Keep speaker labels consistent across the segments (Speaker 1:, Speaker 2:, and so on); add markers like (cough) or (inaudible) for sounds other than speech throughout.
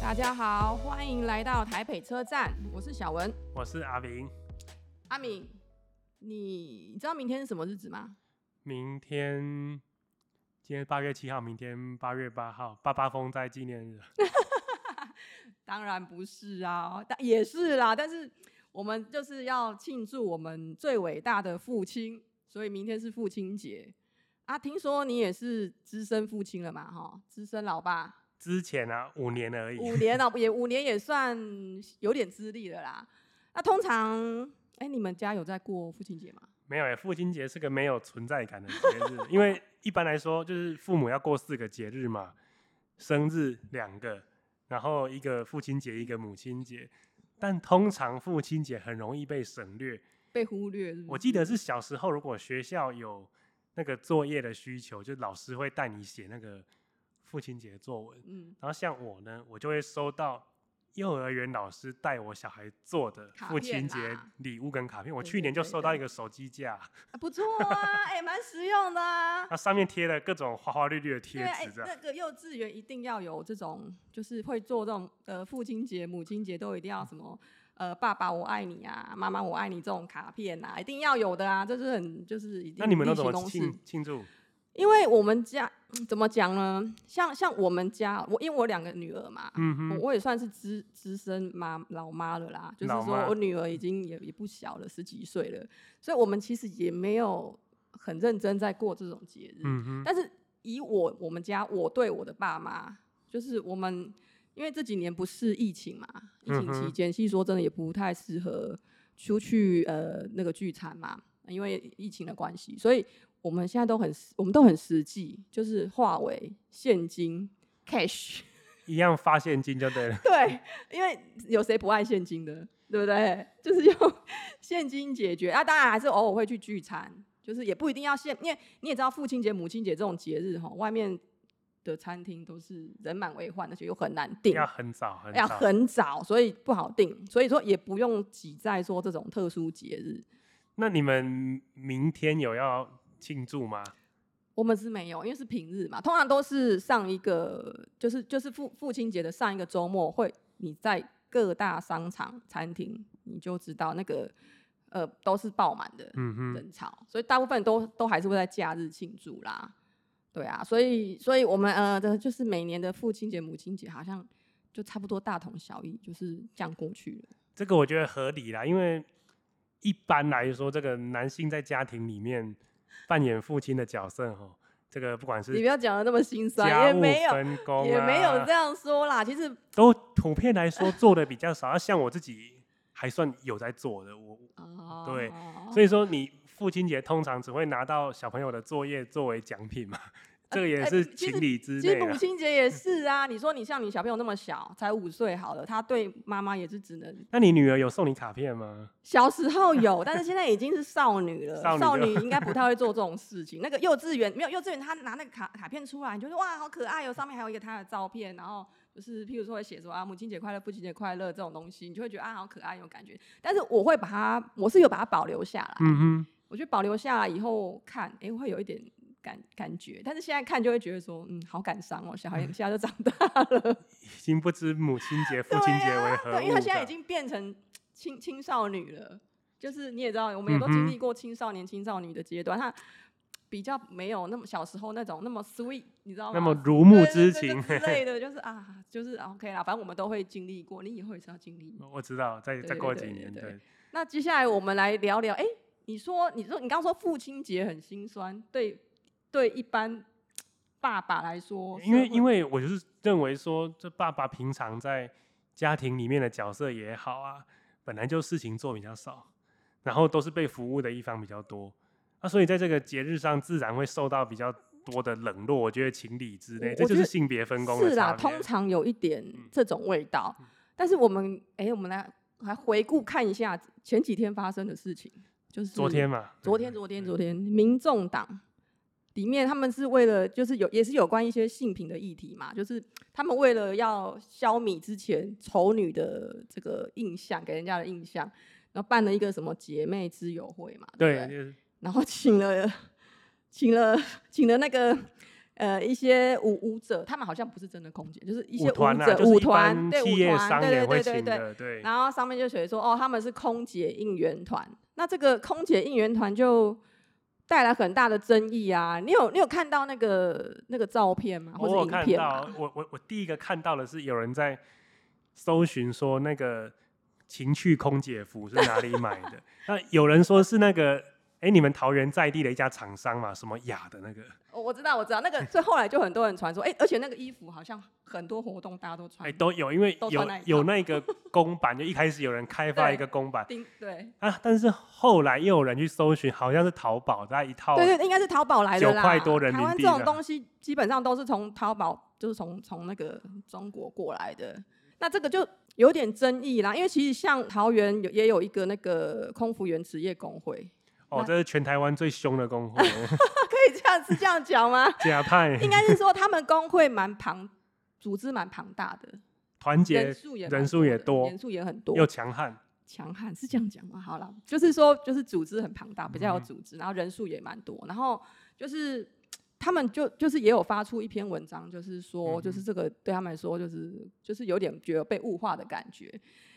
Speaker 1: 大家好，欢迎来到台北车站，我是小文。
Speaker 2: 我是阿明。
Speaker 1: 阿敏，你你知道明天是什么日子吗？
Speaker 2: 明天，今天八月七号，明天八月八号，八八风灾纪念日。
Speaker 1: 当然不是啊，但也是啦。但是我们就是要庆祝我们最伟大的父亲，所以明天是父亲节啊。听说你也是资深父亲了嘛？哈，资深老爸。
Speaker 2: 之前啊，五年而已。
Speaker 1: 五年了，啊也五年也算有点资历了啦。那通常，哎、你们家有在过父亲节吗？
Speaker 2: 没有耶，欸父亲节是个没有存在感的节日，因为一般来说就是父母要过四个节日嘛，生日两个，然后一个父亲节，一个母亲节。但通常父亲节很容易被省略。
Speaker 1: 被忽略是不是
Speaker 2: 我记得是小时候，如果学校有那个作业的需求，就老师会带你写那个父亲节作文。
Speaker 1: 嗯，
Speaker 2: 然后像我呢，我就会收到幼儿园老师带我小孩做的
Speaker 1: 卡
Speaker 2: 父
Speaker 1: 片
Speaker 2: 亲节
Speaker 1: 啦
Speaker 2: 礼物跟卡片。我
Speaker 1: 对
Speaker 2: 去
Speaker 1: 对
Speaker 2: 年就
Speaker 1: 对
Speaker 2: 收到
Speaker 1: 对
Speaker 2: 一个手机架， (laughs)
Speaker 1: 啊不错啊，哎、蛮实用的啊。
Speaker 2: 那上面贴了各种花花绿绿的 (laughs) 贴
Speaker 1: 对啊，哎、
Speaker 2: 纸，这
Speaker 1: 那
Speaker 2: 样
Speaker 1: 个幼稚园一定要有这种，就是会做这种呃父亲节、母亲节都一定要什么呃爸爸我爱你啊，妈妈我爱你这种卡片啊，一定要有的啊，这是很就是一定。
Speaker 2: 那你们都
Speaker 1: 例
Speaker 2: 怎
Speaker 1: 行
Speaker 2: 么
Speaker 1: 公事啊
Speaker 2: 庆庆祝？
Speaker 1: 因为我们家嗯怎么讲呢？像像我们家，我因为我有两个女儿嘛，
Speaker 2: 嗯哼，
Speaker 1: 我我也算是资资深妈老妈了啦，就是
Speaker 2: 老
Speaker 1: 说
Speaker 2: 妈
Speaker 1: 我女儿已经也也不小了，十几岁了，所以我们其实也没有很认真在过这种节日。
Speaker 2: 嗯哼，
Speaker 1: 但是以我我们家我对我的爸妈，就是我们因为这几年不是疫情嘛，疫情
Speaker 2: 嗯
Speaker 1: 期
Speaker 2: 哼
Speaker 1: 间，其实说真的也不太适合出去呃那个聚餐嘛，因为疫情的关系，所以我们现在都很实我们都很实际，就是化为现金 cash。
Speaker 2: 一样发现金就对了。
Speaker 1: 对，因为有谁不爱现金的，对不对？就是用 (laughs) 现金解决啊。当然还是偶尔会去聚餐，就是也不一定要现，因为你也知道父亲节、母亲节这种节日哈，外面的餐厅都是人满为患，而且又很难订，
Speaker 2: 要很早很
Speaker 1: 要
Speaker 2: 早，
Speaker 1: 很早，所以不好订。所以说也不用挤在说这种特殊节日，
Speaker 2: 那你们明天有要庆祝吗？
Speaker 1: 我们是没有，因为是平日嘛，通常都是上一个，就是就是父父亲节的上一个周末会，你在各大商场、餐厅，你就知道那个呃都是爆满的
Speaker 2: 嗯哼，
Speaker 1: 人潮，所以大部分都都还是会在假日庆祝啦。对啊，所以所以我们呃的就是每年的父亲节、母亲节好像就差不多大同小异，就是这样过去了。
Speaker 2: 这个我觉得合理啦，因为一般来说，这个男性在家庭里面扮演父亲的角色，哦，这个不管
Speaker 1: 你
Speaker 2: 是
Speaker 1: 不要讲的那么心酸，
Speaker 2: 家
Speaker 1: 也
Speaker 2: 务
Speaker 1: 没有、
Speaker 2: 分工、啊，
Speaker 1: 也没有这样说啦。其实
Speaker 2: 都普遍来说做的比较少，要像我自己还算有在做的，我
Speaker 1: 哦，
Speaker 2: 对所以说你父亲节通常只会拿到小朋友的作业作为奖品嘛， (laughs) 这个也
Speaker 1: 呃
Speaker 2: 是
Speaker 1: 其实
Speaker 2: 情理之啊
Speaker 1: 其实
Speaker 2: 内
Speaker 1: 母
Speaker 2: 啦。
Speaker 1: 亲节也是啊，你说你像你小朋友那么小，才五岁好了，他对妈妈也是只能
Speaker 2: 那你女儿有送你卡片吗？
Speaker 1: 小时
Speaker 2: (laughs)
Speaker 1: 候有，但是现在已经是少女了，少
Speaker 2: 少女 (laughs)
Speaker 1: 应该不太会做这种事情。那个幼稚园没有幼稚园，他拿那个卡卡片出来，你就说哇好可爱哦，上面还有一个他的照片，然后就是譬如说会写说啊母亲节快乐、父亲节快乐这种东西，你就会觉得啊好可爱有感觉。但是我会把它，我是有把它保留下来，
Speaker 2: 嗯哼，
Speaker 1: 我觉得保留下来以后看，哎、会有一点感感觉，但是现在看就会觉得说，嗯，好感伤哦，小孩一下就长大了，
Speaker 2: 已经不知母亲节、父
Speaker 1: 对
Speaker 2: 亲节为
Speaker 1: 啊，
Speaker 2: 何物、
Speaker 1: 对，因为他现在已经变成青青少女了，就是你也知道，我们也都
Speaker 2: 嗯哼
Speaker 1: 经历过青少年、青少女的阶段，他比较没有那么小时候那种那么 sweet，你知道吗？
Speaker 2: 那么如沐
Speaker 1: 哦对
Speaker 2: 之
Speaker 1: 对对
Speaker 2: 情。
Speaker 1: 之类的，就是啊，就是啊 OK 啦，反正我们都会经历过，你以后也是要经历过。
Speaker 2: (laughs) 我知道，再再
Speaker 1: 对
Speaker 2: 过
Speaker 1: 对
Speaker 2: 几
Speaker 1: 对
Speaker 2: 年，
Speaker 1: 对
Speaker 2: 对，
Speaker 1: 那接下来我们来聊聊，哎、你说，你说，你刚说父亲节很心酸，对，对，一般爸爸来说，
Speaker 2: 因为因
Speaker 1: 为
Speaker 2: 为我就是认为说，这爸爸平常在家庭里面的角色也好啊，本来就事情做比较少，然后都是被服务的一方比较多，那、所以在这个节日上自然会受到比较多的冷落，我觉得情理之内，
Speaker 1: 我
Speaker 2: 这
Speaker 1: 我
Speaker 2: 就
Speaker 1: 觉
Speaker 2: 是
Speaker 1: 得
Speaker 2: 性别分工的
Speaker 1: 是啦，
Speaker 2: 差别
Speaker 1: 通。常有一点
Speaker 2: 嗯
Speaker 1: 这种味道。但是我们，哎、我们来来回顾看一下前几天发生的事情，就是
Speaker 2: 昨天嘛，嗯
Speaker 1: 昨天，
Speaker 2: 对
Speaker 1: 昨天，
Speaker 2: 对
Speaker 1: 昨天，民众党里面他们是为了，就是有也是有关一些性平的议题嘛，就是他们为了要消弭之前丑女的这个印象，给人家的印象，然后办了一个什么姐妹之友会嘛，对不
Speaker 2: 对，
Speaker 1: 对，
Speaker 2: 就是
Speaker 1: 然后请了请了请了那个呃一些舞舞者，他们好像不是真的空姐，就是一些
Speaker 2: 舞
Speaker 1: 舞
Speaker 2: 团啊，
Speaker 1: 者、
Speaker 2: 就是
Speaker 1: 舞
Speaker 2: 一
Speaker 1: 团
Speaker 2: 般
Speaker 1: 对
Speaker 2: 企
Speaker 1: 舞
Speaker 2: 业
Speaker 1: 团
Speaker 2: 商
Speaker 1: 对对
Speaker 2: 人会
Speaker 1: 对对
Speaker 2: 请
Speaker 1: 对，
Speaker 2: 的，对，
Speaker 1: 然后上面就写说哦他们是空姐应援团，那这个空姐应援团就。带来很大的争议啊！你有你有看到那个那个照片吗？啊或
Speaker 2: 我
Speaker 1: 者
Speaker 2: 有
Speaker 1: 影
Speaker 2: 看
Speaker 1: 片
Speaker 2: 到
Speaker 1: 吗？，
Speaker 2: (laughs) 我我我第一个看到的是有人在搜寻说那个情趣空姐服是哪里买
Speaker 1: (laughs)
Speaker 2: 的，那有人说是那个哎、诶你们桃园在地的一家厂商嘛，什么雅的那个，
Speaker 1: 哦 (laughs) 我知道，我知道，那
Speaker 2: (laughs)
Speaker 1: 个最后来就很多人传说，哎、而且那个衣服好像很多活动大家都
Speaker 2: 哎、
Speaker 1: 穿，
Speaker 2: 都有，因为
Speaker 1: 啊都
Speaker 2: 有
Speaker 1: 穿那一
Speaker 2: 有
Speaker 1: 套
Speaker 2: 那个公版，就一开始有人开发一
Speaker 1: 对
Speaker 2: 个公版
Speaker 1: 丁对
Speaker 2: 啊，但是后来又有人去搜寻，好像是淘宝在一套，
Speaker 1: 对对，应该是淘宝来的啦。
Speaker 2: 9块多人民
Speaker 1: 台
Speaker 2: 币
Speaker 1: 湾这种
Speaker 2: 的
Speaker 1: 东西基本上都是从淘宝，就是从从那个中国过来的。那这个就有点争议啦，因为其实像桃园有也有一个那个空服员职业工会， (laughs)
Speaker 2: 哦，
Speaker 1: 那
Speaker 2: 这是全台湾最凶的工会，
Speaker 1: 可以这样是这样讲
Speaker 2: (laughs)
Speaker 1: 吗？ (laughs)
Speaker 2: 假派
Speaker 1: 应该是说他们工会蛮庞，组织蛮庞大的，
Speaker 2: 团
Speaker 1: 人
Speaker 2: 结
Speaker 1: 数也
Speaker 2: 人
Speaker 1: 蛮
Speaker 2: 数也
Speaker 1: 的
Speaker 2: 多
Speaker 1: 人数也很多，
Speaker 2: 又强悍，
Speaker 1: 强悍是这样讲吗？好了，就是说，就是组织很庞大，比较有
Speaker 2: 嗯
Speaker 1: 组织，然后人数也蛮多，然后就是他们就就是也有发出一篇文章，就是
Speaker 2: 嗯
Speaker 1: 说，
Speaker 2: 哼
Speaker 1: 就是这个对他们来说，就是就是有点觉得被物化的感觉。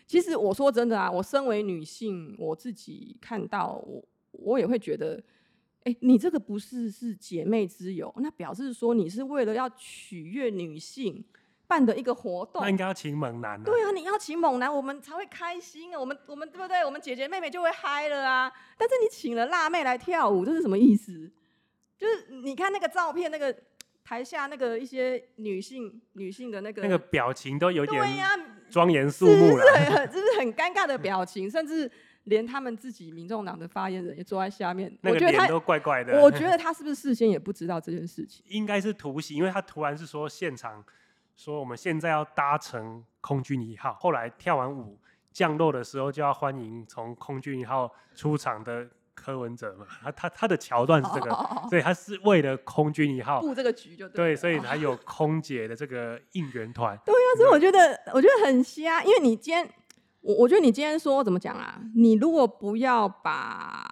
Speaker 1: 其实我说真的啊，我身为女性，我自己看到我我也会觉得，哎、你这个不是是姐妹之友，那表示说你是为了要取悦女性办的一个活动
Speaker 2: 那应，该要请猛男、啊，
Speaker 1: 对啊，你要请猛男，我们才会开心啊！我们我们对不对？我们姐姐妹妹就会嗨了啊！但是你请了辣妹来跳舞，这是什么意思？就是你看那个照片，那个台下那个一些女性女性的那个
Speaker 2: 那个表情都有
Speaker 1: 对
Speaker 2: 点
Speaker 1: 呀、
Speaker 2: 庄严肃
Speaker 1: 是
Speaker 2: 穆
Speaker 1: 不是
Speaker 2: 了。
Speaker 1: 很很就是很尴尬的表
Speaker 2: (laughs)
Speaker 1: 情，甚至连他们自己民众党的发言人也坐在下面，
Speaker 2: 那
Speaker 1: 我
Speaker 2: 个
Speaker 1: 觉得
Speaker 2: 脸
Speaker 1: 他，
Speaker 2: 都怪怪的。
Speaker 1: 我觉得他是不是事先也不知道这件事情？
Speaker 2: (laughs) 应该是突袭，因为他突然是说现场说我们现在要搭乘空军一号，后来跳完舞降落的时候就要欢迎从空军一号出场的柯文哲嘛。 (laughs) 他他他的桥段是这个，
Speaker 1: 哦
Speaker 2: 所以他是为了空军一号，
Speaker 1: 布这个局就对了，
Speaker 2: 哦对，所以
Speaker 1: 哦
Speaker 2: 才有空姐的这个应援团。
Speaker 1: 对啊，所以我觉得我觉得很瞎，因为你今天我我觉得你今天说怎么讲啊？你如果不要把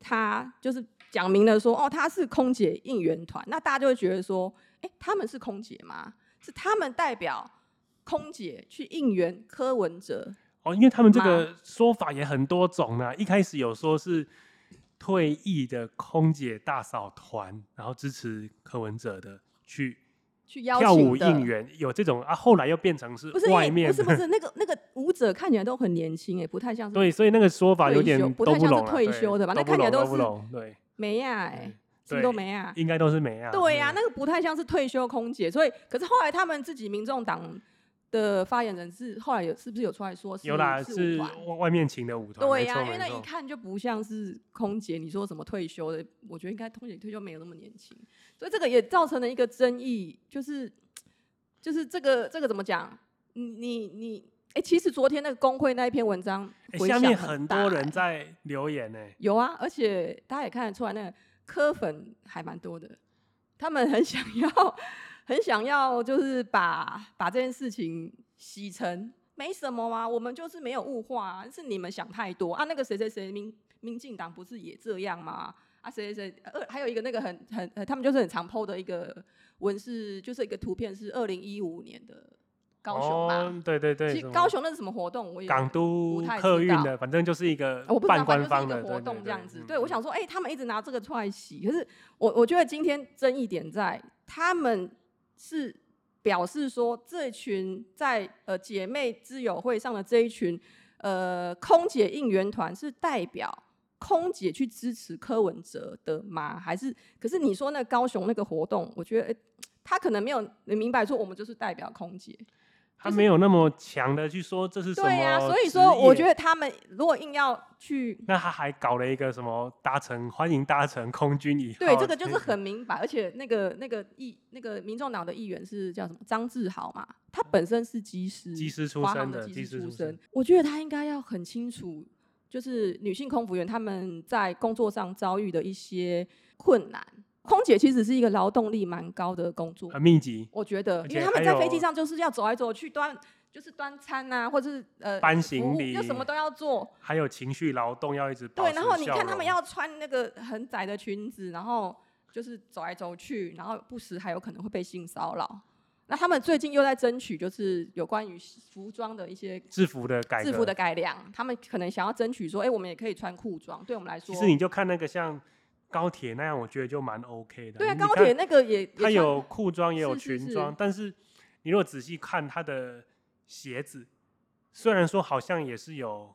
Speaker 1: 他就是讲明了说哦，他是空姐应援团，那大家就会觉得说，哎、他们是空姐吗？是他们代表空姐去应援柯文哲，
Speaker 2: 哦，因为他们这个说法也很多种啊。一开始有说是退役的空姐大嫂团，然后支持柯文哲的去
Speaker 1: 去邀
Speaker 2: 跳舞
Speaker 1: 请的
Speaker 2: 应援，有这种啊。后来又变成是
Speaker 1: 不是因
Speaker 2: 外
Speaker 1: 为
Speaker 2: 面
Speaker 1: 不是不
Speaker 2: 的， (laughs)
Speaker 1: 是那个那个舞者看起来都很年轻，哎，不太像是
Speaker 2: 对，所以那个说法有点
Speaker 1: 退休不
Speaker 2: 都
Speaker 1: 太像
Speaker 2: 拢
Speaker 1: 是
Speaker 2: 啊，
Speaker 1: 退
Speaker 2: 对
Speaker 1: 休的吧那
Speaker 2: 都不
Speaker 1: 看起来
Speaker 2: 拢
Speaker 1: 都
Speaker 2: 不
Speaker 1: 是
Speaker 2: 拢，对，
Speaker 1: 梅亚哎，是不
Speaker 2: 对
Speaker 1: 是都梅亚？
Speaker 2: 应该都是美啊。
Speaker 1: 对呀、那个不太像是退休空姐，所以可是后来他们自己民众党的发言人是后来有是不是有出来说是
Speaker 2: 有啦，
Speaker 1: 是
Speaker 2: 是
Speaker 1: 舞团？
Speaker 2: 外外面请的舞团，
Speaker 1: 对
Speaker 2: 没
Speaker 1: 呀、
Speaker 2: 错
Speaker 1: 因为
Speaker 2: 没
Speaker 1: 那一
Speaker 2: 错。
Speaker 1: 看就不像是空姐。你说什么退休的？我觉得应该空姐退休没有那么年轻，所以这个也造成了一个争议，就是就是这个这个怎么讲？你你你，哎、其实昨天那个工会那一篇文章
Speaker 2: 诶，
Speaker 1: 回
Speaker 2: 哎下
Speaker 1: 响
Speaker 2: 面
Speaker 1: 很
Speaker 2: 很
Speaker 1: 大欸
Speaker 2: 多
Speaker 1: 诶
Speaker 2: 人在留言欸呢、
Speaker 1: 有啊，而且大家也看得出来，那个科粉还蛮多的，他们很想要，很想要，就是把把这件事情洗成没什么啊，我们就是没有物化、啊，是你们想太多啊。那个谁谁谁民民进党不是也这样吗？啊，谁谁谁，呃，还有一个那个很很，呃他们就是很常 PO 的一个文是，就是一个图片是二零一五年的高雄嘛。
Speaker 2: 哦，对对对，
Speaker 1: 其
Speaker 2: 什
Speaker 1: 实
Speaker 2: 么
Speaker 1: 高雄那是什么活动？我也
Speaker 2: 港都客运的，反正就是一个
Speaker 1: 哦我不知道，反
Speaker 2: 半官
Speaker 1: 正就是
Speaker 2: 方
Speaker 1: 一
Speaker 2: 的
Speaker 1: 个活
Speaker 2: 对
Speaker 1: 动这样子。
Speaker 2: 嗯
Speaker 1: 对，我想说，哎、他们一直拿这个出来洗，可是我我觉得今天争议点在他们是表示说，这群在呃姐妹之友会上的这一群呃空姐应援团是代表。空姐去支持柯文哲的吗？还是可是你说那高雄那个活动，我觉得、哎他可能没有明白说我们就是代表空姐，
Speaker 2: 他
Speaker 1: 就是
Speaker 2: 没有那么强的去说这是什么职
Speaker 1: 对
Speaker 2: 业，
Speaker 1: 呀、所以说我觉得他们如果硬要去
Speaker 2: 那他还搞了一个什么搭乘欢迎搭乘空军一号，
Speaker 1: 对，这个就是
Speaker 2: (laughs) 嗯
Speaker 1: 很明白，而且那个那个议那个民众党的议员是叫什么张志豪嘛，他本身是技师，
Speaker 2: 技师出
Speaker 1: 华
Speaker 2: 身
Speaker 1: 航
Speaker 2: 的，技
Speaker 1: 技
Speaker 2: 师
Speaker 1: 师
Speaker 2: 出
Speaker 1: 出
Speaker 2: 身
Speaker 1: 身，，我觉得他应该要很清楚，就是女性空服员她们在工作上遭遇的一些困难。空姐其实是一个劳动力蛮高的工作，
Speaker 2: 很密集，
Speaker 1: 我觉得
Speaker 2: 而，
Speaker 1: 因
Speaker 2: 且
Speaker 1: 为他们
Speaker 2: 还
Speaker 1: 在飞
Speaker 2: 有
Speaker 1: 机上就是要走来走去端，就是端餐啊，或者是呃
Speaker 2: 搬
Speaker 1: 服务
Speaker 2: 行李
Speaker 1: 就，什么都要做。
Speaker 2: 还有情绪劳动要一直保
Speaker 1: 对，
Speaker 2: 持
Speaker 1: 然后你
Speaker 2: 笑
Speaker 1: 看他们
Speaker 2: 容
Speaker 1: 要穿那个很窄的裙子，然后就是走来走去，然后不时还有可能会被性骚扰。那他们最近又在争取，就是有关于服装的一些
Speaker 2: 制服的改革，
Speaker 1: 制服的改良，他们可能想要争取说，哎、我们也可以穿裤装，对我们来说
Speaker 2: 其，实你就看那个像高铁那样，我觉得就蛮 OK 的。
Speaker 1: 对啊，
Speaker 2: 你
Speaker 1: 高
Speaker 2: 看
Speaker 1: 铁那个也也
Speaker 2: 它
Speaker 1: 穿
Speaker 2: 有裤装也有
Speaker 1: 是是
Speaker 2: 裙
Speaker 1: 是
Speaker 2: 装，但是你如果仔细看它的鞋子，虽然说好像也是有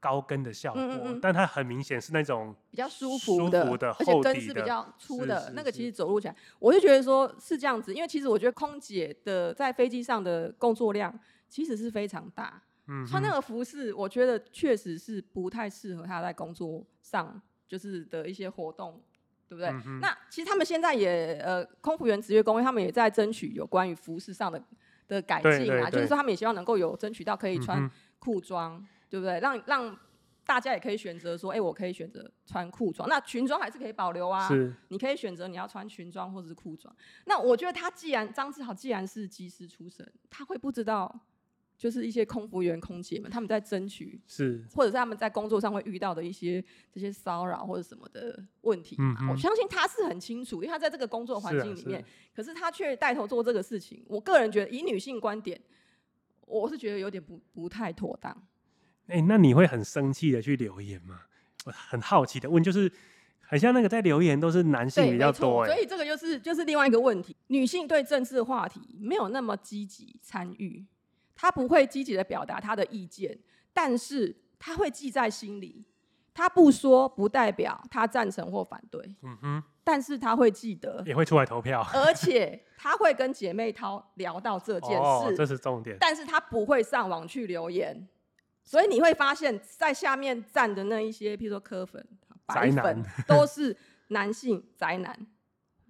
Speaker 2: 高跟的效果，
Speaker 1: 嗯嗯嗯
Speaker 2: 但它很明显是那种
Speaker 1: 比较舒
Speaker 2: 舒
Speaker 1: 服的，
Speaker 2: 服的
Speaker 1: 而且
Speaker 2: 厚
Speaker 1: 跟
Speaker 2: 底
Speaker 1: 是
Speaker 2: 的
Speaker 1: 比较粗
Speaker 2: 是
Speaker 1: 的，
Speaker 2: 是
Speaker 1: 那个
Speaker 2: 是
Speaker 1: 其实走路起来，我就觉得说是这样子，因为其实我觉得空姐的在飞机上的工作量其实是非常大，
Speaker 2: 嗯
Speaker 1: 穿那
Speaker 2: 哼
Speaker 1: 个服饰，我觉得确实是不太适合她在工作上就是的一些活动，对不对？
Speaker 2: 嗯哼
Speaker 1: 那其实他们现在也呃，空服员职业工会他们也在争取有关于服饰上的的改进
Speaker 2: 对
Speaker 1: 啊，
Speaker 2: 对
Speaker 1: 就是
Speaker 2: 对
Speaker 1: 说他们也希望能够有争取到可以
Speaker 2: 嗯
Speaker 1: 穿
Speaker 2: 哼
Speaker 1: 裤装，对不对？让让大家也可以选择说，哎、我可以选择穿裤装，那裙装还是可以保留啊。
Speaker 2: 是
Speaker 1: 你可以选择你要穿裙装或者是裤装。那我觉得他既然张志豪既然是技师出身，他会不知道，就是一些空服员、空姐们他们在争取，
Speaker 2: 是，
Speaker 1: 或者是他们在工作上会遇到的一些这些骚扰或者什么的问题
Speaker 2: 嗯
Speaker 1: 嘛。
Speaker 2: 哼
Speaker 1: 我相信他是很清楚，因为他在这个工作环
Speaker 2: 是啊
Speaker 1: 境里
Speaker 2: 是啊
Speaker 1: 面，可是他却带头做这个事情。我个人觉得，以女性观点，我是觉得有点不不太妥当。
Speaker 2: 哎、那你会很生气的去留言吗？我很好奇的问，就是很像那个在留言都是男性
Speaker 1: 对，
Speaker 2: 比
Speaker 1: 没
Speaker 2: 较
Speaker 1: 错，
Speaker 2: 多、欸，
Speaker 1: 所以这个就是就是另外一个问题，女性对政治话题没有那么积极参与，她不会积极的表达她的意见，但是她会记在心里，她不说不代表她赞成或反对，
Speaker 2: 嗯哼，
Speaker 1: 但是她会记得，
Speaker 2: 也会出来投票。
Speaker 1: 而且她会跟姐妹淘聊到这件
Speaker 2: 哦，
Speaker 1: 事，
Speaker 2: 这是重点。
Speaker 1: 但是他不会上网去留言，所以你会发现在下面站的那一些，譬如说科粉、白
Speaker 2: 宅
Speaker 1: 粉
Speaker 2: 男，
Speaker 1: 都是男性宅男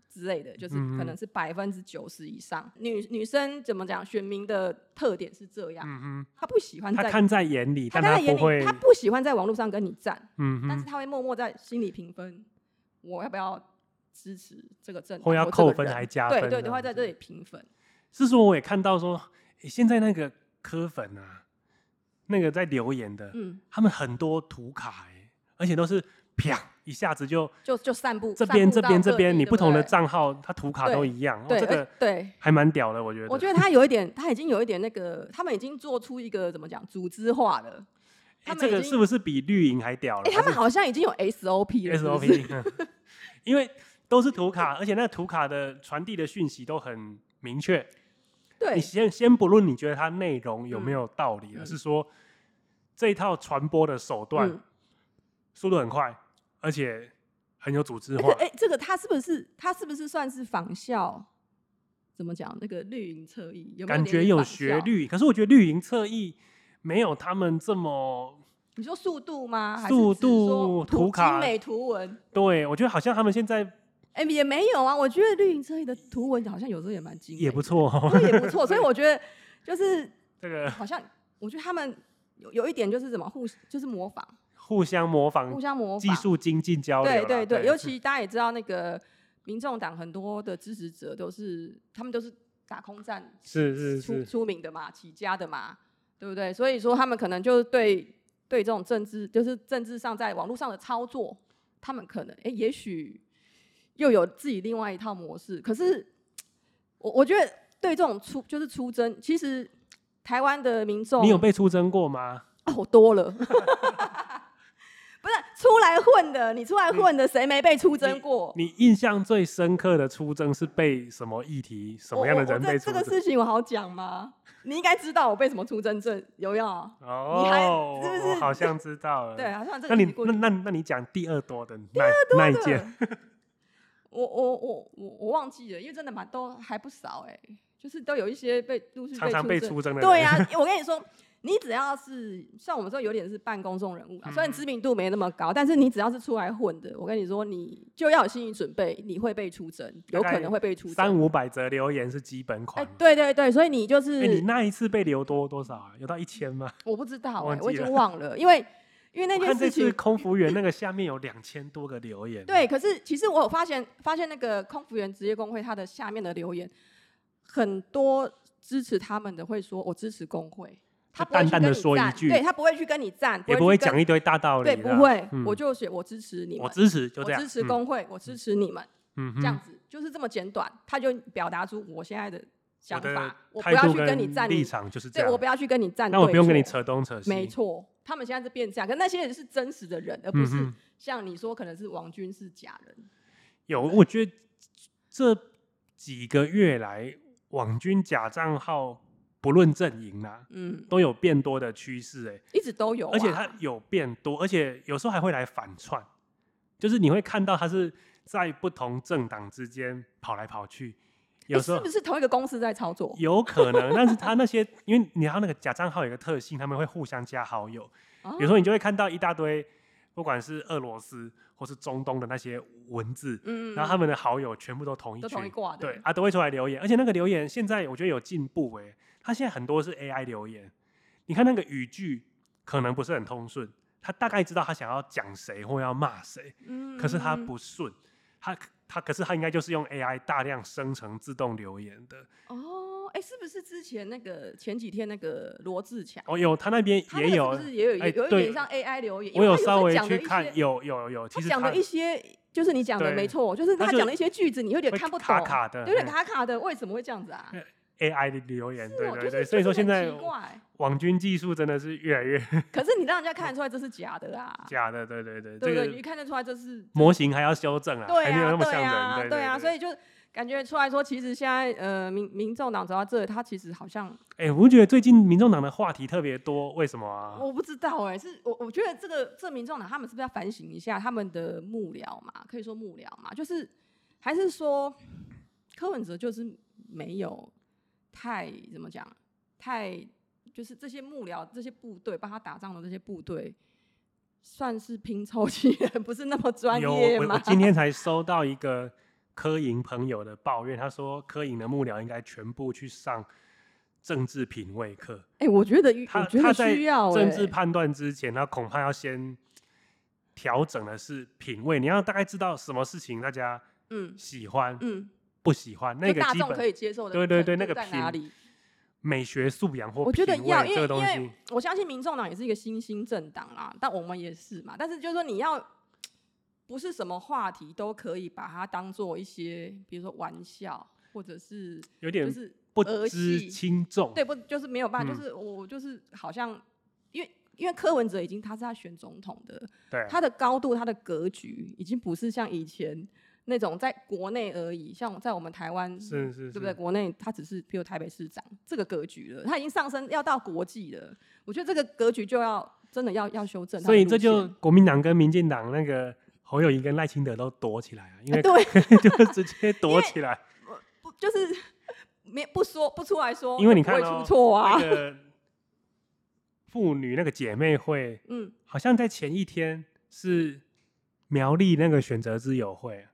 Speaker 1: 之类的，
Speaker 2: (laughs)
Speaker 1: 就是
Speaker 2: 嗯
Speaker 1: 可能是百分之九十以上。女女生怎么讲？选民的特点是这样，
Speaker 2: 嗯
Speaker 1: 她不喜欢
Speaker 2: 哼，他
Speaker 1: 在
Speaker 2: 看在眼里，
Speaker 1: 她
Speaker 2: 但
Speaker 1: 看在眼
Speaker 2: 不会
Speaker 1: 里，她。不喜欢在网络上跟你站，
Speaker 2: 嗯
Speaker 1: 但是
Speaker 2: 哼，
Speaker 1: 她会默默在心里评分，我要不要支持这个政党
Speaker 2: 或要
Speaker 1: 这个
Speaker 2: 扣分
Speaker 1: 人
Speaker 2: 还加分啊
Speaker 1: 对对，
Speaker 2: 这
Speaker 1: 都会
Speaker 2: 样
Speaker 1: 在
Speaker 2: 子
Speaker 1: 这里评分。
Speaker 2: 是说我也看到说，诶现在那个科粉啊，那个在留言的，
Speaker 1: 嗯，
Speaker 2: 他们很多图卡、欸，而且都是啪一下子就
Speaker 1: 就就散步，
Speaker 2: 这
Speaker 1: 散
Speaker 2: 边
Speaker 1: 步
Speaker 2: 这
Speaker 1: 到
Speaker 2: 边这
Speaker 1: 各
Speaker 2: 边，
Speaker 1: 地
Speaker 2: 你
Speaker 1: 对
Speaker 2: 不同的
Speaker 1: 对
Speaker 2: 账号，它图卡
Speaker 1: 对
Speaker 2: 都一样。哦，
Speaker 1: 对，
Speaker 2: 这
Speaker 1: 而
Speaker 2: 个
Speaker 1: 对，
Speaker 2: 还蛮屌的，我觉得。
Speaker 1: 我觉得他有一点，他已经有一点那个，他们已经做出一个怎么讲组织化了。
Speaker 2: 诶
Speaker 1: 他们
Speaker 2: 这
Speaker 1: 已
Speaker 2: 个
Speaker 1: 经
Speaker 2: 是不是比绿营还屌了？
Speaker 1: 哎、
Speaker 2: 还
Speaker 1: 他们
Speaker 2: 是
Speaker 1: 好像已经有 SOP 了是不是
Speaker 2: SOP，嗯 (laughs) 因为都是图卡，而且那个图卡的传递的讯息都很明确。你
Speaker 1: (laughs) 对
Speaker 2: 先先不论你觉得它内容有没有道理，
Speaker 1: 嗯
Speaker 2: 而是说这一套传播的手段、
Speaker 1: 嗯
Speaker 2: 速度很快，而且很有组织
Speaker 1: 哎、
Speaker 2: 化。
Speaker 1: 诶这个他是不是他是不是算是仿效？怎么讲？那个绿营侧翼有没有
Speaker 2: 感
Speaker 1: 点
Speaker 2: 觉有
Speaker 1: 仿
Speaker 2: 学
Speaker 1: 效？
Speaker 2: 律，可是我觉得绿营侧翼没有他们这么
Speaker 1: 你说速度吗？还是
Speaker 2: 速
Speaker 1: 只是说
Speaker 2: 度
Speaker 1: 图
Speaker 2: 图卡
Speaker 1: 精美图文？
Speaker 2: 对，我觉得好像他们现在
Speaker 1: 哎、也没有啊。我觉得绿营侧翼的图文好像有时候也蛮精美的，
Speaker 2: 也不错、哦。 (laughs)
Speaker 1: 对，也不错。所以我觉得就是
Speaker 2: 这个
Speaker 1: 好像，我觉得他们有有一点就是怎么互就是模仿，
Speaker 2: 互相模
Speaker 1: 互
Speaker 2: 仿、
Speaker 1: 相模
Speaker 2: 嗯技
Speaker 1: 仿。
Speaker 2: 术精进交流啦，
Speaker 1: 对对
Speaker 2: 对，
Speaker 1: 对，尤其大家也知道，那个民众党很多的支持者都是他们都是打空战
Speaker 2: 是是
Speaker 1: 出
Speaker 2: 是，
Speaker 1: 出名的嘛，起家的嘛，对不对？所以说他们可能就是对对这种政治，就是政治上在网络上的操作，他们可能哎、诶也许又有自己另外一套模式。可是我我觉得对这种出就是出征，其实台湾的民众
Speaker 2: 你有被出征过吗？
Speaker 1: (laughs) 哦，多了。不是出来混的，你出来混的，谁没被出征过？
Speaker 2: 你印象最深刻的出征是被什么议题、什
Speaker 1: 我
Speaker 2: 么样的
Speaker 1: 我
Speaker 2: 人
Speaker 1: 我这
Speaker 2: 被出
Speaker 1: 这个
Speaker 2: 征？
Speaker 1: 事情我好讲吗？你应该知道我被什么出征证有没有？
Speaker 2: 啊
Speaker 1: 你还
Speaker 2: 哦，
Speaker 1: 是不
Speaker 2: 我
Speaker 1: 是
Speaker 2: 好像知道了。
Speaker 1: 对，，啊好像这个
Speaker 2: 那你
Speaker 1: 已经过
Speaker 2: 那
Speaker 1: 去
Speaker 2: 那那你讲第二多的那那一件，
Speaker 1: (laughs) 我我我我我忘记了，因为真的蛮都还不少哎、就是都有一些被陆续
Speaker 2: 常常被
Speaker 1: 出征
Speaker 2: 出征的人，
Speaker 1: 对呀、啊我跟你说，你只要是像我们说有点是半公众人物啊啦，虽
Speaker 2: 嗯
Speaker 1: 然知名度没那么高，但是你只要是出来混的，我跟你说，你就要有心理准备，你会被出征，有可能会被出
Speaker 2: 三
Speaker 1: 征。
Speaker 2: 五百则留言是基本
Speaker 1: 哎、
Speaker 2: 款。
Speaker 1: 对对对，所以你就是、
Speaker 2: 哎，你那一次被留多多少啊？有到一千吗？
Speaker 1: 我不知道、
Speaker 2: 忘
Speaker 1: 哎，
Speaker 2: 记
Speaker 1: 我已
Speaker 2: 了
Speaker 1: 经忘了，因为因为那
Speaker 2: 我
Speaker 1: 件
Speaker 2: 看这
Speaker 1: 事
Speaker 2: 次
Speaker 1: 情。
Speaker 2: 空服员那个下面有两千多个留言，啊
Speaker 1: 对，，可是其实我有发现，发现那个空服员职业工会，他的下面的留言，很多支持他们的会说：“我支持工会。”他
Speaker 2: 就
Speaker 1: 不会去
Speaker 2: 淡淡
Speaker 1: 跟
Speaker 2: 地
Speaker 1: 你
Speaker 2: 说一
Speaker 1: 站
Speaker 2: 句
Speaker 1: 对他不会去跟你站，
Speaker 2: 也不
Speaker 1: 会
Speaker 2: 会
Speaker 1: 去跟
Speaker 2: 讲一堆大道理
Speaker 1: 对，
Speaker 2: 啦，
Speaker 1: 不会，
Speaker 2: 嗯
Speaker 1: 我就写我支持你们，
Speaker 2: 我支持，就
Speaker 1: 我
Speaker 2: 这样，
Speaker 1: 支持
Speaker 2: 嗯
Speaker 1: 工会，我支持你们。
Speaker 2: 嗯
Speaker 1: 这样
Speaker 2: 哼，
Speaker 1: 子就是这么简短，他就表达出我现在的想
Speaker 2: 我的
Speaker 1: 法，我不
Speaker 2: 态
Speaker 1: 要
Speaker 2: 度
Speaker 1: 去跟你站
Speaker 2: 立
Speaker 1: 你，
Speaker 2: 场就是这
Speaker 1: 对
Speaker 2: 样
Speaker 1: 我，不要去跟你站，
Speaker 2: 那我不用跟你。扯东扯西，
Speaker 1: 没错，他们现在是变这样，可那些人是真实的人，而不
Speaker 2: 嗯
Speaker 1: 是
Speaker 2: 哼
Speaker 1: 像你说可能是王军是假人。
Speaker 2: 有，我觉得这几个月来，网军假账号不论阵营啦、
Speaker 1: 嗯，
Speaker 2: 都有变多的趋势哎，
Speaker 1: 一直都有啊、
Speaker 2: 而且它有变多，而且有时候还会来反串，就是你会看到它是在不同政党之间跑来跑去，有
Speaker 1: 诶
Speaker 2: 时候
Speaker 1: 是不是同一个公司在操作？
Speaker 2: 有可能，但是他那些，因为你要那个假账号有个特性，他们会互相加好友，
Speaker 1: 啊
Speaker 2: 有时候你就会看到一大堆，不管是俄罗斯或是中东的那些文字，
Speaker 1: 嗯，
Speaker 2: 然后他们的好友全部都同一
Speaker 1: 都
Speaker 2: 群，
Speaker 1: 同一挂的，
Speaker 2: 对啊，都会出来留言，而且那个留言现在我觉得有进步诶、他现在很多是 AI 留言，你看那个语句可能不是很通顺，他大概知道他想要讲谁或要骂谁，
Speaker 1: 嗯，
Speaker 2: 可是它
Speaker 1: 嗯，
Speaker 2: 不顺，他他可是他应该就是用 AI 大量生成自动留言的。
Speaker 1: 嗯哦，哎、是不是之前那个前几天那个罗志强，
Speaker 2: 哦，有，他那边
Speaker 1: 他那
Speaker 2: 也
Speaker 1: 个
Speaker 2: 有
Speaker 1: 是，不是也有一、
Speaker 2: 哎
Speaker 1: 有一
Speaker 2: 对
Speaker 1: 点像 AI 留言？因为
Speaker 2: 我有
Speaker 1: 他时
Speaker 2: 稍
Speaker 1: 候
Speaker 2: 微
Speaker 1: 讲
Speaker 2: 去
Speaker 1: 的一
Speaker 2: 看
Speaker 1: 些，
Speaker 2: 有有有，其
Speaker 1: 他
Speaker 2: 实
Speaker 1: 讲
Speaker 2: 他
Speaker 1: 的一些就是你讲的
Speaker 2: 对
Speaker 1: 没错，就是
Speaker 2: 他
Speaker 1: 他
Speaker 2: 就
Speaker 1: 讲的一些句子，你有点
Speaker 2: 会
Speaker 1: 看不懂，
Speaker 2: 卡卡的
Speaker 1: 有点
Speaker 2: 嗯
Speaker 1: 卡卡的，为什么会这样子啊？
Speaker 2: 嗯 AI 的留言，
Speaker 1: 是
Speaker 2: 对
Speaker 1: 哦
Speaker 2: 对
Speaker 1: 就是
Speaker 2: 对，
Speaker 1: 就
Speaker 2: 所以
Speaker 1: 是
Speaker 2: 说现
Speaker 1: 很
Speaker 2: 在
Speaker 1: 奇怪，
Speaker 2: 网军技术真的是越来越 (laughs)
Speaker 1: 可是你让人家看得出来这是假的啊，
Speaker 2: 假的，对对对，
Speaker 1: 对不
Speaker 2: 这
Speaker 1: 对？你
Speaker 2: 个
Speaker 1: 看得出来这是
Speaker 2: 模型还要修正啊，
Speaker 1: 对
Speaker 2: 还没有
Speaker 1: 啊，
Speaker 2: 那么
Speaker 1: 对
Speaker 2: 像人，
Speaker 1: 啊，
Speaker 2: 对
Speaker 1: 啊，所
Speaker 2: 以
Speaker 1: 以就感觉出来说，其实现在呃民民众党走到这，他其实好像
Speaker 2: 哎，我觉得最近民众党的话题特别多，为什么啊？
Speaker 1: 我不知道哎、是我我觉得这个这民众党他们是不是要反省一下他们的幕僚嘛？可以说幕僚嘛，就是还是说柯文哲就是没有太怎么讲，太就是这些幕僚这些部队帮他打仗的这些部队，算是拼凑起来， (laughs) 不是那么专
Speaker 2: 有，
Speaker 1: 业
Speaker 2: 我我
Speaker 1: 嘛？
Speaker 2: 今天才收到一个科营朋友的抱怨，他说科营的幕僚应该全部去上政治品味课。
Speaker 1: 哎、我觉得
Speaker 2: 他
Speaker 1: 我觉
Speaker 2: 他
Speaker 1: 得
Speaker 2: 在
Speaker 1: 需要、欸、
Speaker 2: 政治判断之前，他恐怕要先调整的是品味。你要大概知道什么事情大家
Speaker 1: 嗯
Speaker 2: 喜欢、
Speaker 1: 嗯，
Speaker 2: 不喜欢，那
Speaker 1: 就
Speaker 2: 个
Speaker 1: 大
Speaker 2: 基
Speaker 1: 众可
Speaker 2: 本
Speaker 1: 以接受的
Speaker 2: 对对对
Speaker 1: 程
Speaker 2: 那
Speaker 1: 度
Speaker 2: 个
Speaker 1: 在哪
Speaker 2: 评
Speaker 1: 里？
Speaker 2: 美学素养或
Speaker 1: 我觉
Speaker 2: 品
Speaker 1: 得
Speaker 2: 味
Speaker 1: 要，因
Speaker 2: 这
Speaker 1: 为
Speaker 2: 个东
Speaker 1: 因为
Speaker 2: 西。
Speaker 1: 我相信民众党也是一个新兴政党啦，但我们也是嘛。但是就是说，你要不是什么话题都可以把它当做一些，比如说玩笑，或者是
Speaker 2: 有
Speaker 1: 就
Speaker 2: 点
Speaker 1: 是
Speaker 2: 不
Speaker 1: 儿
Speaker 2: 知
Speaker 1: 戏
Speaker 2: 轻重。
Speaker 1: 对不就是没有办法，
Speaker 2: 哦嗯
Speaker 1: 就是我就是好像因为。因为柯文哲已经他是在选总统的，
Speaker 2: 对，啊
Speaker 1: 他的高度、他的格局已经不是像以前那种在国内而已，像在我们台湾
Speaker 2: 是是
Speaker 1: 对不对？
Speaker 2: 是，
Speaker 1: 国内它只是譬如台北市长这个格局了，它已经上升要到国际了。我觉得这个格局就要真的要要修正它
Speaker 2: 所
Speaker 1: 的路
Speaker 2: 以
Speaker 1: 线。
Speaker 2: 这就国民党跟民进党那个侯友谊跟赖清德都躲起来啊，因
Speaker 1: (laughs)
Speaker 2: 为
Speaker 1: 哎对，
Speaker 2: 就直接躲起来。
Speaker 1: 不就是 (laughs) 没不说不出来说，
Speaker 2: 因为
Speaker 1: 就
Speaker 2: 你
Speaker 1: 不会
Speaker 2: 看哦
Speaker 1: 出错
Speaker 2: 那
Speaker 1: 啊。
Speaker 2: 个 (laughs) 妇女那个姐妹会
Speaker 1: 嗯，
Speaker 2: 好像在前一天是苗栗那个选择之友会啊，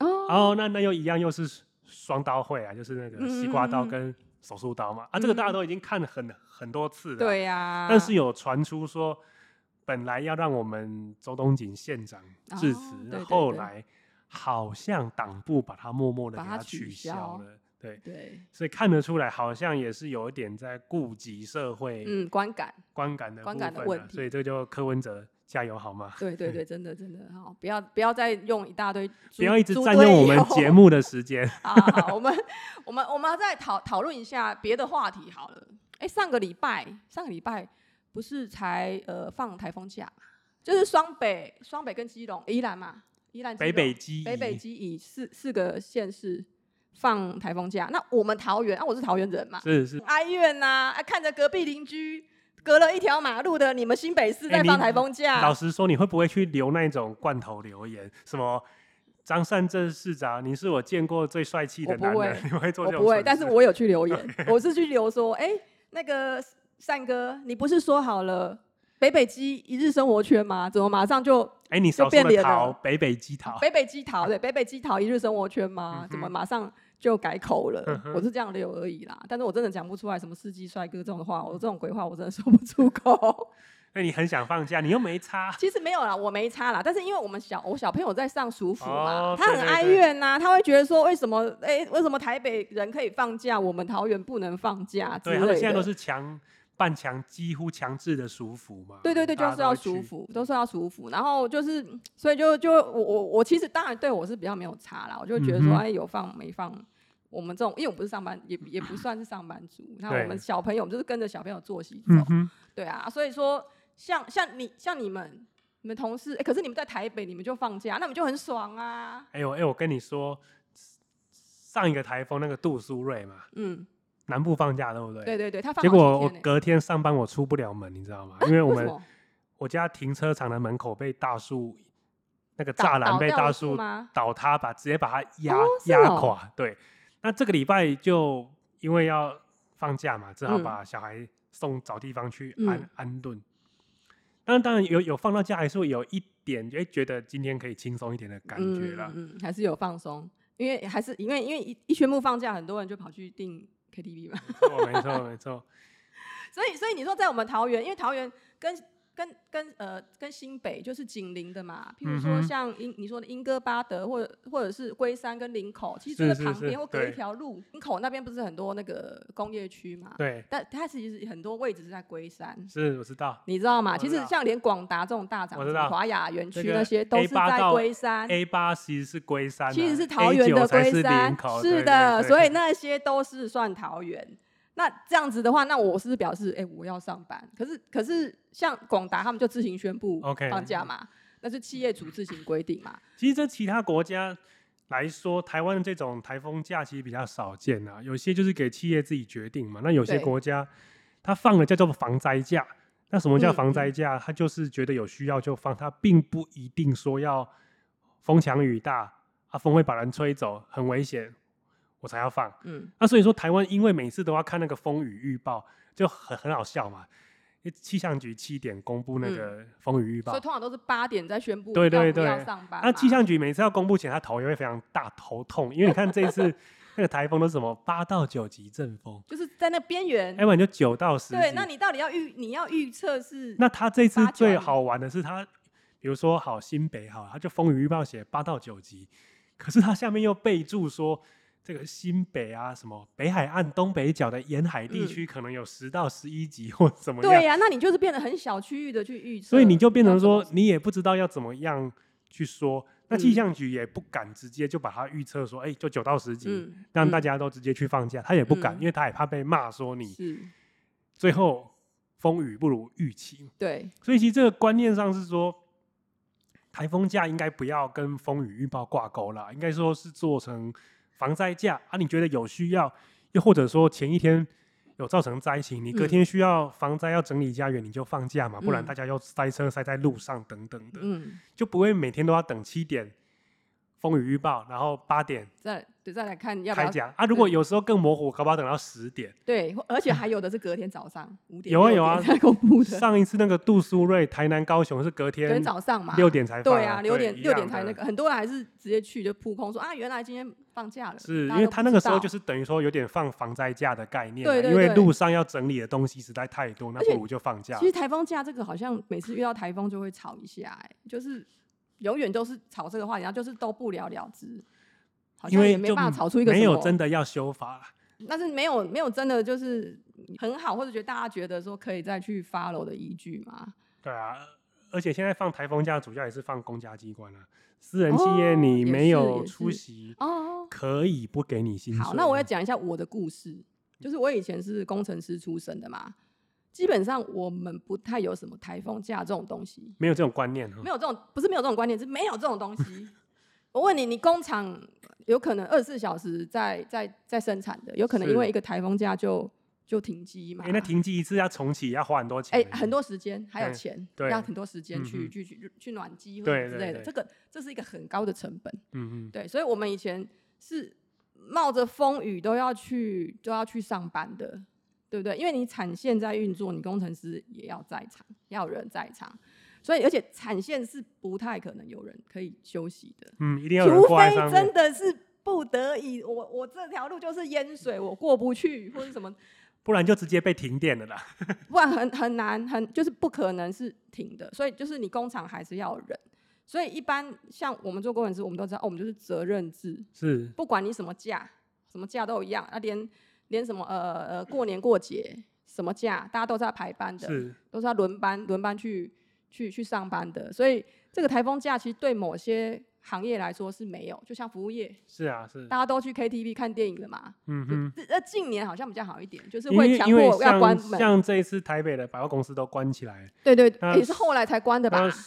Speaker 1: 哦，
Speaker 2: 哦，那那又一样，又是双刀会啊，就是那个
Speaker 1: 嗯
Speaker 2: 西瓜刀跟手术刀嘛。啊，这个大家都已经看了很很多次了。、啊
Speaker 1: 对呀、
Speaker 2: 但是有传出说，本来要让我们周东锦县长致辞，
Speaker 1: 哦对对
Speaker 2: 后
Speaker 1: 对
Speaker 2: 来好像党部把他默默的
Speaker 1: 把
Speaker 2: 给
Speaker 1: 它
Speaker 2: 他
Speaker 1: 取
Speaker 2: 取消
Speaker 1: 消
Speaker 2: 了。对，
Speaker 1: 对，
Speaker 2: 所以看得出来，好像也是有一点在顾及社会
Speaker 1: 嗯，观感，
Speaker 2: 观感的部
Speaker 1: 观
Speaker 2: 分、啊
Speaker 1: 感的问题
Speaker 2: 所以这就柯文哲加油好吗？
Speaker 1: 对对对，真的真的好，不要不要再用一大堆猪，
Speaker 2: 不要一直
Speaker 1: 猪
Speaker 2: 占
Speaker 1: 队
Speaker 2: 用我们
Speaker 1: 友
Speaker 2: 节目的
Speaker 1: (laughs)
Speaker 2: 时间。
Speaker 1: 好好，好我们我们我们再讨讨论一下别的话题好了。哎、上个礼拜上个礼拜不是才呃放台风假，就是双北双北跟基隆宜兰嘛，宜兰基
Speaker 2: 北
Speaker 1: 隆
Speaker 2: 北基
Speaker 1: 北北
Speaker 2: 宜
Speaker 1: 基以四四个县市放台风假。那我们桃园啊，我是桃园人嘛，
Speaker 2: 是是
Speaker 1: 哀怨呐、啊，看着隔壁邻居隔了一条马路的你们新北市
Speaker 2: 哎
Speaker 1: 在
Speaker 2: 你
Speaker 1: 放台风假，
Speaker 2: 老实说，你会不会去留那种罐头留言？什么张善政市长，你是我见过最帅气的
Speaker 1: 我不
Speaker 2: 男人
Speaker 1: 会，
Speaker 2: 你会做
Speaker 1: 我
Speaker 2: 这种
Speaker 1: 不会，
Speaker 2: 蠢
Speaker 1: 但是
Speaker 2: 事
Speaker 1: 我有去留言，我是去留说，哎、那个善哥，你不是说好了北北基一日生活圈吗？怎么马上就
Speaker 2: 哎，你
Speaker 1: 就
Speaker 2: 少说
Speaker 1: 变
Speaker 2: 了
Speaker 1: 脸
Speaker 2: 桃
Speaker 1: 了
Speaker 2: 北北基桃，
Speaker 1: 北北基桃对北北基桃一日生活圈吗？怎么马上就改口了？
Speaker 2: 嗯嗯哼
Speaker 1: 我是这样留而已啦，但是我真的讲不出来什么世纪帅哥这种话，我这种鬼话我真的说不出口。 (laughs)
Speaker 2: 那哎你很想放假，你又没差，
Speaker 1: 其实没有啦，我没差啦，但是因为我们小我小朋友在上熟服嘛，
Speaker 2: 哦
Speaker 1: 他
Speaker 2: 对
Speaker 1: 很
Speaker 2: 对
Speaker 1: 哀
Speaker 2: 对
Speaker 1: 怨呐、他会觉得说为什么哎、为什么台北人可以放假，我们桃园不能放假之
Speaker 2: 对
Speaker 1: 类
Speaker 2: 他
Speaker 1: 的。
Speaker 2: 们现在都是强半强几乎强制的束缚嘛。
Speaker 1: 对对对，就
Speaker 2: 大家
Speaker 1: 是
Speaker 2: 都
Speaker 1: 要
Speaker 2: 会
Speaker 1: 舒
Speaker 2: 去。
Speaker 1: 服，都是要舒服。然后就是，所以就就我我我其实当然对我是比较没有差啦，我就觉得
Speaker 2: 嗯
Speaker 1: 说，
Speaker 2: 哼
Speaker 1: 哎，有放没放？我们这种，因为我不是上班，也也不算是上班族。那
Speaker 2: 对
Speaker 1: 我们小朋友，我们就是跟着小朋友作息走。
Speaker 2: 嗯哼，
Speaker 1: 对啊，所以说像像你像你们你们同事，哎，可是你们在台北，你们就放假，那你们就很爽啊。
Speaker 2: 哎呦哎，我跟你说，上一个台风那个杜苏芮嘛，
Speaker 1: 嗯，
Speaker 2: 南部放假对不对？
Speaker 1: 对对对，他放
Speaker 2: 结
Speaker 1: 好几
Speaker 2: 果我
Speaker 1: 天呢啊
Speaker 2: 隔天上班我出不了门，你知
Speaker 1: (laughs)
Speaker 2: 道吗？因为我
Speaker 1: 什
Speaker 2: 们
Speaker 1: 么
Speaker 2: 我家停车场的门口被大树那个
Speaker 1: 倒
Speaker 2: 栅栏
Speaker 1: 倒
Speaker 2: 被
Speaker 1: 掉
Speaker 2: 大
Speaker 1: 了是
Speaker 2: 树
Speaker 1: 吗？
Speaker 2: 倒塌吧，直接把它压、
Speaker 1: 哦是
Speaker 2: 压
Speaker 1: 哦
Speaker 2: 垮。对，那这个礼拜就因为要放假嘛，只好
Speaker 1: 嗯
Speaker 2: 把小孩送找地方去
Speaker 1: 嗯
Speaker 2: 安、安顿。当然，当然有有放到假，还是会有一点哎觉得今天可以轻松一点的感觉啦。
Speaker 1: 嗯嗯嗯，还是有放松，因为还是因为因为一一宣布放假，很多人就跑去订 KTV 嘛， (laughs)
Speaker 2: 错没错没错，
Speaker 1: 所以所以你说在我们桃园，因为桃园跟跟跟呃跟新北就是紧邻的嘛，譬如
Speaker 2: 嗯
Speaker 1: 说
Speaker 2: 哼
Speaker 1: 像英、你说的英歌巴德，或者或者是龟山跟林口，其实
Speaker 2: 是
Speaker 1: 就是旁
Speaker 2: 是
Speaker 1: 边或隔
Speaker 2: 对
Speaker 1: 一条路，林口那边不是很多那个工业区嘛，
Speaker 2: 对，
Speaker 1: 但它其实很多位置是在龟山。
Speaker 2: 是我知道。
Speaker 1: 你知道
Speaker 2: 我
Speaker 1: 吗？
Speaker 2: 知
Speaker 1: 其实
Speaker 2: 道
Speaker 1: 像连广达这种大厂
Speaker 2: 我
Speaker 1: 什
Speaker 2: 知
Speaker 1: 么
Speaker 2: 道
Speaker 1: 华雅园
Speaker 2: 这
Speaker 1: 区
Speaker 2: 个
Speaker 1: 那些都是
Speaker 2: A8
Speaker 1: 在
Speaker 2: 到
Speaker 1: 龟山
Speaker 2: A 八其实是龟山啊、
Speaker 1: 其实是桃园的
Speaker 2: A9 才
Speaker 1: 龟
Speaker 2: 林
Speaker 1: 山
Speaker 2: 口，对
Speaker 1: 是
Speaker 2: 对
Speaker 1: 的，
Speaker 2: 对
Speaker 1: 所以那些都是算桃园。那这样子的话，那我是不是表示，哎、我要上班。可是可是像广达他们就自行宣布
Speaker 2: OK
Speaker 1: 放假嘛那是企业主自行规定嘛。
Speaker 2: 其实，在其他国家来说，台湾的这种台风假其实比较少见啊。有些就是给企业自己决定嘛。那有些
Speaker 1: 对
Speaker 2: 国家，它放了叫做防灾假。那什么叫
Speaker 1: 嗯
Speaker 2: 防灾
Speaker 1: 嗯
Speaker 2: 假？它就是觉得有需要就放，它并不一定说要风强雨大啊，风会把人吹走，很危险，我才要放。
Speaker 1: 嗯，
Speaker 2: 那所以说，台湾因为每次都要看那个风雨预报，就很很好笑嘛。因为气象局七点公布那
Speaker 1: 嗯
Speaker 2: 个风雨预报
Speaker 1: 所以，通常都是八点再宣布
Speaker 2: 对对
Speaker 1: 要不要
Speaker 2: 对
Speaker 1: 上班嘛。
Speaker 2: 那气象局每次要公布前，他头也会非常大头痛，因为你看这一次那个台风都是什么八到九级阵风，
Speaker 1: 就是在那边缘。
Speaker 2: 要不然就九到十级。
Speaker 1: 嗯对，那你到底要预你要预测是？
Speaker 2: 那他这次
Speaker 1: 八九
Speaker 2: 最
Speaker 1: 啊
Speaker 2: 好玩的是他，比如说好新北好了，他就风雨预报写八到九级，可是他下面又备注说这个新北啊什么北海岸东北角的沿海地
Speaker 1: 嗯
Speaker 2: 区可能有十到十一级或怎么样。
Speaker 1: 对呀、那你就是变得很小区域的去预测，
Speaker 2: 所以你就变成
Speaker 1: 要
Speaker 2: 说
Speaker 1: 怎么，
Speaker 2: 你也不知道要怎么样去说。那
Speaker 1: 嗯
Speaker 2: 气象局也不敢直接就把它预测说，哎、就九到十级，
Speaker 1: 嗯，
Speaker 2: 让大
Speaker 1: 嗯
Speaker 2: 家都直接去放假，他也不敢，
Speaker 1: 嗯
Speaker 2: 因为他也怕被骂说你
Speaker 1: 是
Speaker 2: 最后风雨不如预期。
Speaker 1: 对，
Speaker 2: 所以其实这个观念上是说，台风假应该不要跟风雨预报挂钩啦，应该说是做成防灾假啊。你觉得有需要，又或者说前一天有造成灾情，你隔
Speaker 1: 嗯
Speaker 2: 天需要防灾要整理家园，你就放假嘛，不然
Speaker 1: 嗯
Speaker 2: 大家又塞车塞在路上等等的，
Speaker 1: 嗯，
Speaker 2: 就不会每天都要等七点风雨预报，然后八点
Speaker 1: 再对再来看要不嗯
Speaker 2: 开
Speaker 1: 要
Speaker 2: 奖啊。如果
Speaker 1: 对
Speaker 2: 有时候更模糊，搞不好等到十点。
Speaker 1: 对，或而且还有的是隔天早上五点，
Speaker 2: 有啊
Speaker 1: 六
Speaker 2: 有啊
Speaker 1: 点才公布的， (laughs)
Speaker 2: 上一次那个杜苏芮，台南、高雄是隔
Speaker 1: 隔
Speaker 2: 天
Speaker 1: 天早上嘛，
Speaker 2: 六点才放、
Speaker 1: 对啊，六点
Speaker 2: 一
Speaker 1: 六点
Speaker 2: 样
Speaker 1: 才
Speaker 2: 的
Speaker 1: 那个，很多人还是直接去就扑空说啊，原来今天放假了，
Speaker 2: 是
Speaker 1: 大
Speaker 2: 因
Speaker 1: 家
Speaker 2: 为
Speaker 1: 都
Speaker 2: 他
Speaker 1: 不
Speaker 2: 那
Speaker 1: 知
Speaker 2: 个时候
Speaker 1: 道
Speaker 2: 就，是等于说有点放防灾假的概念啊，
Speaker 1: 对对
Speaker 2: 因为
Speaker 1: 对
Speaker 2: 路上要整理的东西实在太多，那
Speaker 1: 而
Speaker 2: 不
Speaker 1: 且
Speaker 2: 如就放假
Speaker 1: 其。实台风假这个好像每次遇到台风就会吵一下、哎，就是永远都是吵这个话题，然后就是都不了了之。好
Speaker 2: 因
Speaker 1: 像
Speaker 2: 为
Speaker 1: 也没
Speaker 2: 就
Speaker 1: 办法吵出一个
Speaker 2: 没
Speaker 1: 什
Speaker 2: 有
Speaker 1: 么
Speaker 2: 真的要修法啦，
Speaker 1: 但是没有没有真的就是很好，或者觉得大家觉得说可以再去 follow 的依据嘛？
Speaker 2: 对啊，而且现在放台风假主要也是放公家机关啊，私人企业
Speaker 1: 哦
Speaker 2: 你
Speaker 1: 也
Speaker 2: 没
Speaker 1: 是
Speaker 2: 有
Speaker 1: 也
Speaker 2: 出
Speaker 1: 是
Speaker 2: 席，
Speaker 1: 哦，
Speaker 2: 可以不给你薪水。啊
Speaker 1: 好，那我要讲一下我的故事，就是
Speaker 2: 嗯
Speaker 1: 我以前是工程师出身的嘛，基本上我们不太有什么台风假这种东西，
Speaker 2: 没有这种观念啊哈
Speaker 1: 没，有这种不是没有这种观念，是没有这种东西。我问你，你工厂有可能二十四小时在在在生产的，有可能
Speaker 2: 是
Speaker 1: 因为一个台风假就就停机嘛？
Speaker 2: 哎，那停机一次要重启要花很多钱
Speaker 1: 哎、
Speaker 2: 呢，
Speaker 1: 很多时间，还
Speaker 2: 哎
Speaker 1: 有钱，
Speaker 2: 对
Speaker 1: 要很多时间
Speaker 2: 嗯
Speaker 1: 去、
Speaker 2: 哼
Speaker 1: 去去去暖机或
Speaker 2: 对
Speaker 1: 者之
Speaker 2: 对
Speaker 1: 类的，
Speaker 2: 对
Speaker 1: 这个这是一个很高的成本。
Speaker 2: 嗯嗯，
Speaker 1: 对，所以我们以前是冒着风雨都要去都要去上班的，对不对？因为你产线在运作，你工程师也要在场，要有人在场，所以而且产线是不太可能有人可以休息的，
Speaker 2: 嗯，一定要有人
Speaker 1: 除
Speaker 2: 挂在
Speaker 1: 非
Speaker 2: 上面
Speaker 1: 真，的是不得已，我我这条路就是淹水，我过不去或者什么，
Speaker 2: 不然就直接被停电了啦。
Speaker 1: 不然很很难，很就是不可能是停的，所以就是你工厂还是要有人。所以一般像我们做工程师，我们都知道，哦，我们就是责任制，
Speaker 2: 是，
Speaker 1: 不管你什么假，什么假都一样，那连连什么呃呃过年过节、什么假，大家都是要排班的，
Speaker 2: 是
Speaker 1: 都是要轮班轮班去去去上班的，所以这个台风假其实对某些行业来说是没有，就像服务业，
Speaker 2: 是啊是，
Speaker 1: 大家都去 KTV 看电影了嘛。
Speaker 2: 嗯
Speaker 1: 就
Speaker 2: 哼。
Speaker 1: 这呃，近年好像比较好一点，就是
Speaker 2: 因为
Speaker 1: 会强
Speaker 2: 因为
Speaker 1: 迫要关
Speaker 2: 像
Speaker 1: 门。
Speaker 2: 像这一次台北的百货公司都关起来，
Speaker 1: 对对，
Speaker 2: 那
Speaker 1: 也是后来才关的吧
Speaker 2: 然？后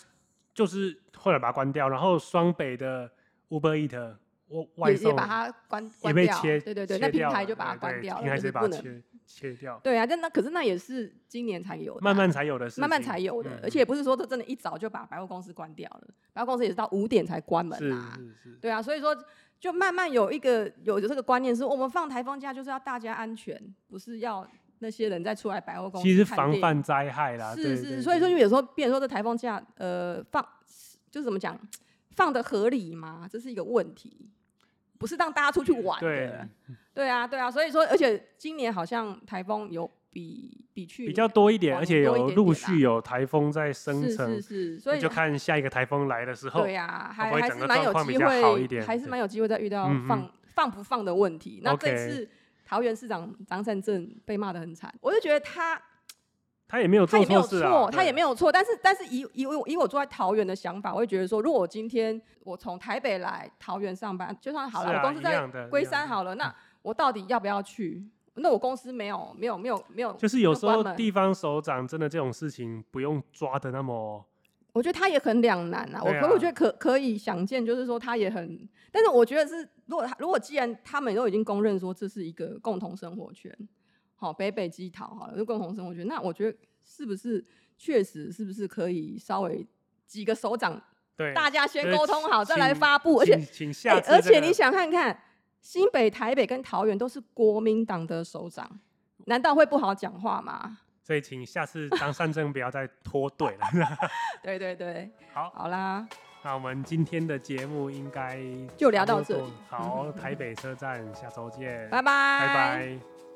Speaker 2: 就是后来把它关掉，然后双北的 Uber Eat 我外
Speaker 1: 也也
Speaker 2: 送
Speaker 1: 把它关
Speaker 2: 也
Speaker 1: 关
Speaker 2: 被
Speaker 1: 掉。
Speaker 2: 切，
Speaker 1: 对对对，
Speaker 2: 切
Speaker 1: 那平
Speaker 2: 掉
Speaker 1: 台
Speaker 2: 了
Speaker 1: 就把它
Speaker 2: 对
Speaker 1: 关
Speaker 2: 对
Speaker 1: 掉
Speaker 2: 平台
Speaker 1: 了，
Speaker 2: 直
Speaker 1: 就
Speaker 2: 接
Speaker 1: 是
Speaker 2: 把它
Speaker 1: 不能。
Speaker 2: 切切掉，
Speaker 1: 对啊，但那可是那也是今年才有的啊，
Speaker 2: 慢慢才有的事情，
Speaker 1: 慢慢才有的，
Speaker 2: 嗯
Speaker 1: 而且也不是说这真的一早就把百货公司关掉了，百货公司也是到五点才关门
Speaker 2: 是
Speaker 1: 啊。
Speaker 2: 是是，
Speaker 1: 对啊，所以说就慢慢有一个有有这个观念是，我们放台风假就是要大家安全，不是要那些人再出来百货公司
Speaker 2: 其实
Speaker 1: 看
Speaker 2: 防
Speaker 1: 电
Speaker 2: 范灾害啦，对
Speaker 1: 是
Speaker 2: 对
Speaker 1: 是，所以说
Speaker 2: 对
Speaker 1: 就有时候，变成说这台风假，呃，放就是怎么讲，放的合理吗？这是一个问题，不是让大家出去玩
Speaker 2: 对
Speaker 1: 的。对啊，对啊，所以说，而且今年好像台风有比比去
Speaker 2: 比较多一点，
Speaker 1: 往
Speaker 2: 而且
Speaker 1: 多一
Speaker 2: 有
Speaker 1: 点
Speaker 2: 陆
Speaker 1: 点
Speaker 2: 续有台风在生
Speaker 1: 是
Speaker 2: 成
Speaker 1: 是，是，所
Speaker 2: 那
Speaker 1: 以
Speaker 2: 就看下一个台风来的时候
Speaker 1: 对。啊，
Speaker 2: 会
Speaker 1: 还
Speaker 2: 不会
Speaker 1: 还
Speaker 2: 整
Speaker 1: 是
Speaker 2: 个
Speaker 1: 蛮
Speaker 2: 状
Speaker 1: 有
Speaker 2: 况比
Speaker 1: 机
Speaker 2: 较好一
Speaker 1: 会，
Speaker 2: 点
Speaker 1: 还是
Speaker 2: 对
Speaker 1: 蛮有机会再遇到
Speaker 2: 嗯嗯
Speaker 1: 放放不放的问题。那这
Speaker 2: OK
Speaker 1: 次桃园市长张善政被骂的很惨，我就觉得他
Speaker 2: 他也没有
Speaker 1: 他
Speaker 2: 做
Speaker 1: 也没有
Speaker 2: 错事啊，
Speaker 1: 错，他也没
Speaker 2: 有。
Speaker 1: 有错。但是，但是以以我以我住在桃园的想法，我会觉得说，如果我今天我从台北来桃园上班，就算好了，
Speaker 2: 是啊
Speaker 1: 我公司
Speaker 2: 一
Speaker 1: 在
Speaker 2: 样的嗯
Speaker 1: 龟
Speaker 2: 一样
Speaker 1: 山
Speaker 2: 的
Speaker 1: 好了，那我到底要不要去？那我公司没有没有没有没有，
Speaker 2: 就是有
Speaker 1: 就
Speaker 2: 时
Speaker 1: 关
Speaker 2: 候
Speaker 1: 门
Speaker 2: 地方首长真的这种事情不用抓的那么，
Speaker 1: 我觉得他也很两难啊。我
Speaker 2: 对啊
Speaker 1: 可我觉得可可以想见，就是说他也很，但是我觉得是，如果他如果既然他们都已经公认说这是一个共同生活圈，好北北基桃好了，就共同生活圈，那我觉得是不是确实是不是可以稍微几个首长
Speaker 2: 对，
Speaker 1: 大家先
Speaker 2: 就是
Speaker 1: 沟通好再来
Speaker 2: 请
Speaker 1: 发布，而且
Speaker 2: 请请
Speaker 1: 哎
Speaker 2: 下次这个、
Speaker 1: 而且你想看看，新北、台北跟桃园都是国民党的首长，难道会不好讲话吗？
Speaker 2: 所以请下次张善政不要再脱队了。 (laughs)
Speaker 1: 对对对，(laughs)
Speaker 2: 好，
Speaker 1: 好啦，
Speaker 2: 那我们今天的节目应该
Speaker 1: 就聊到
Speaker 2: 差不
Speaker 1: 这
Speaker 2: 多
Speaker 1: 里 (laughs)
Speaker 2: 好，台北车站下周见，
Speaker 1: 拜拜，
Speaker 2: 拜拜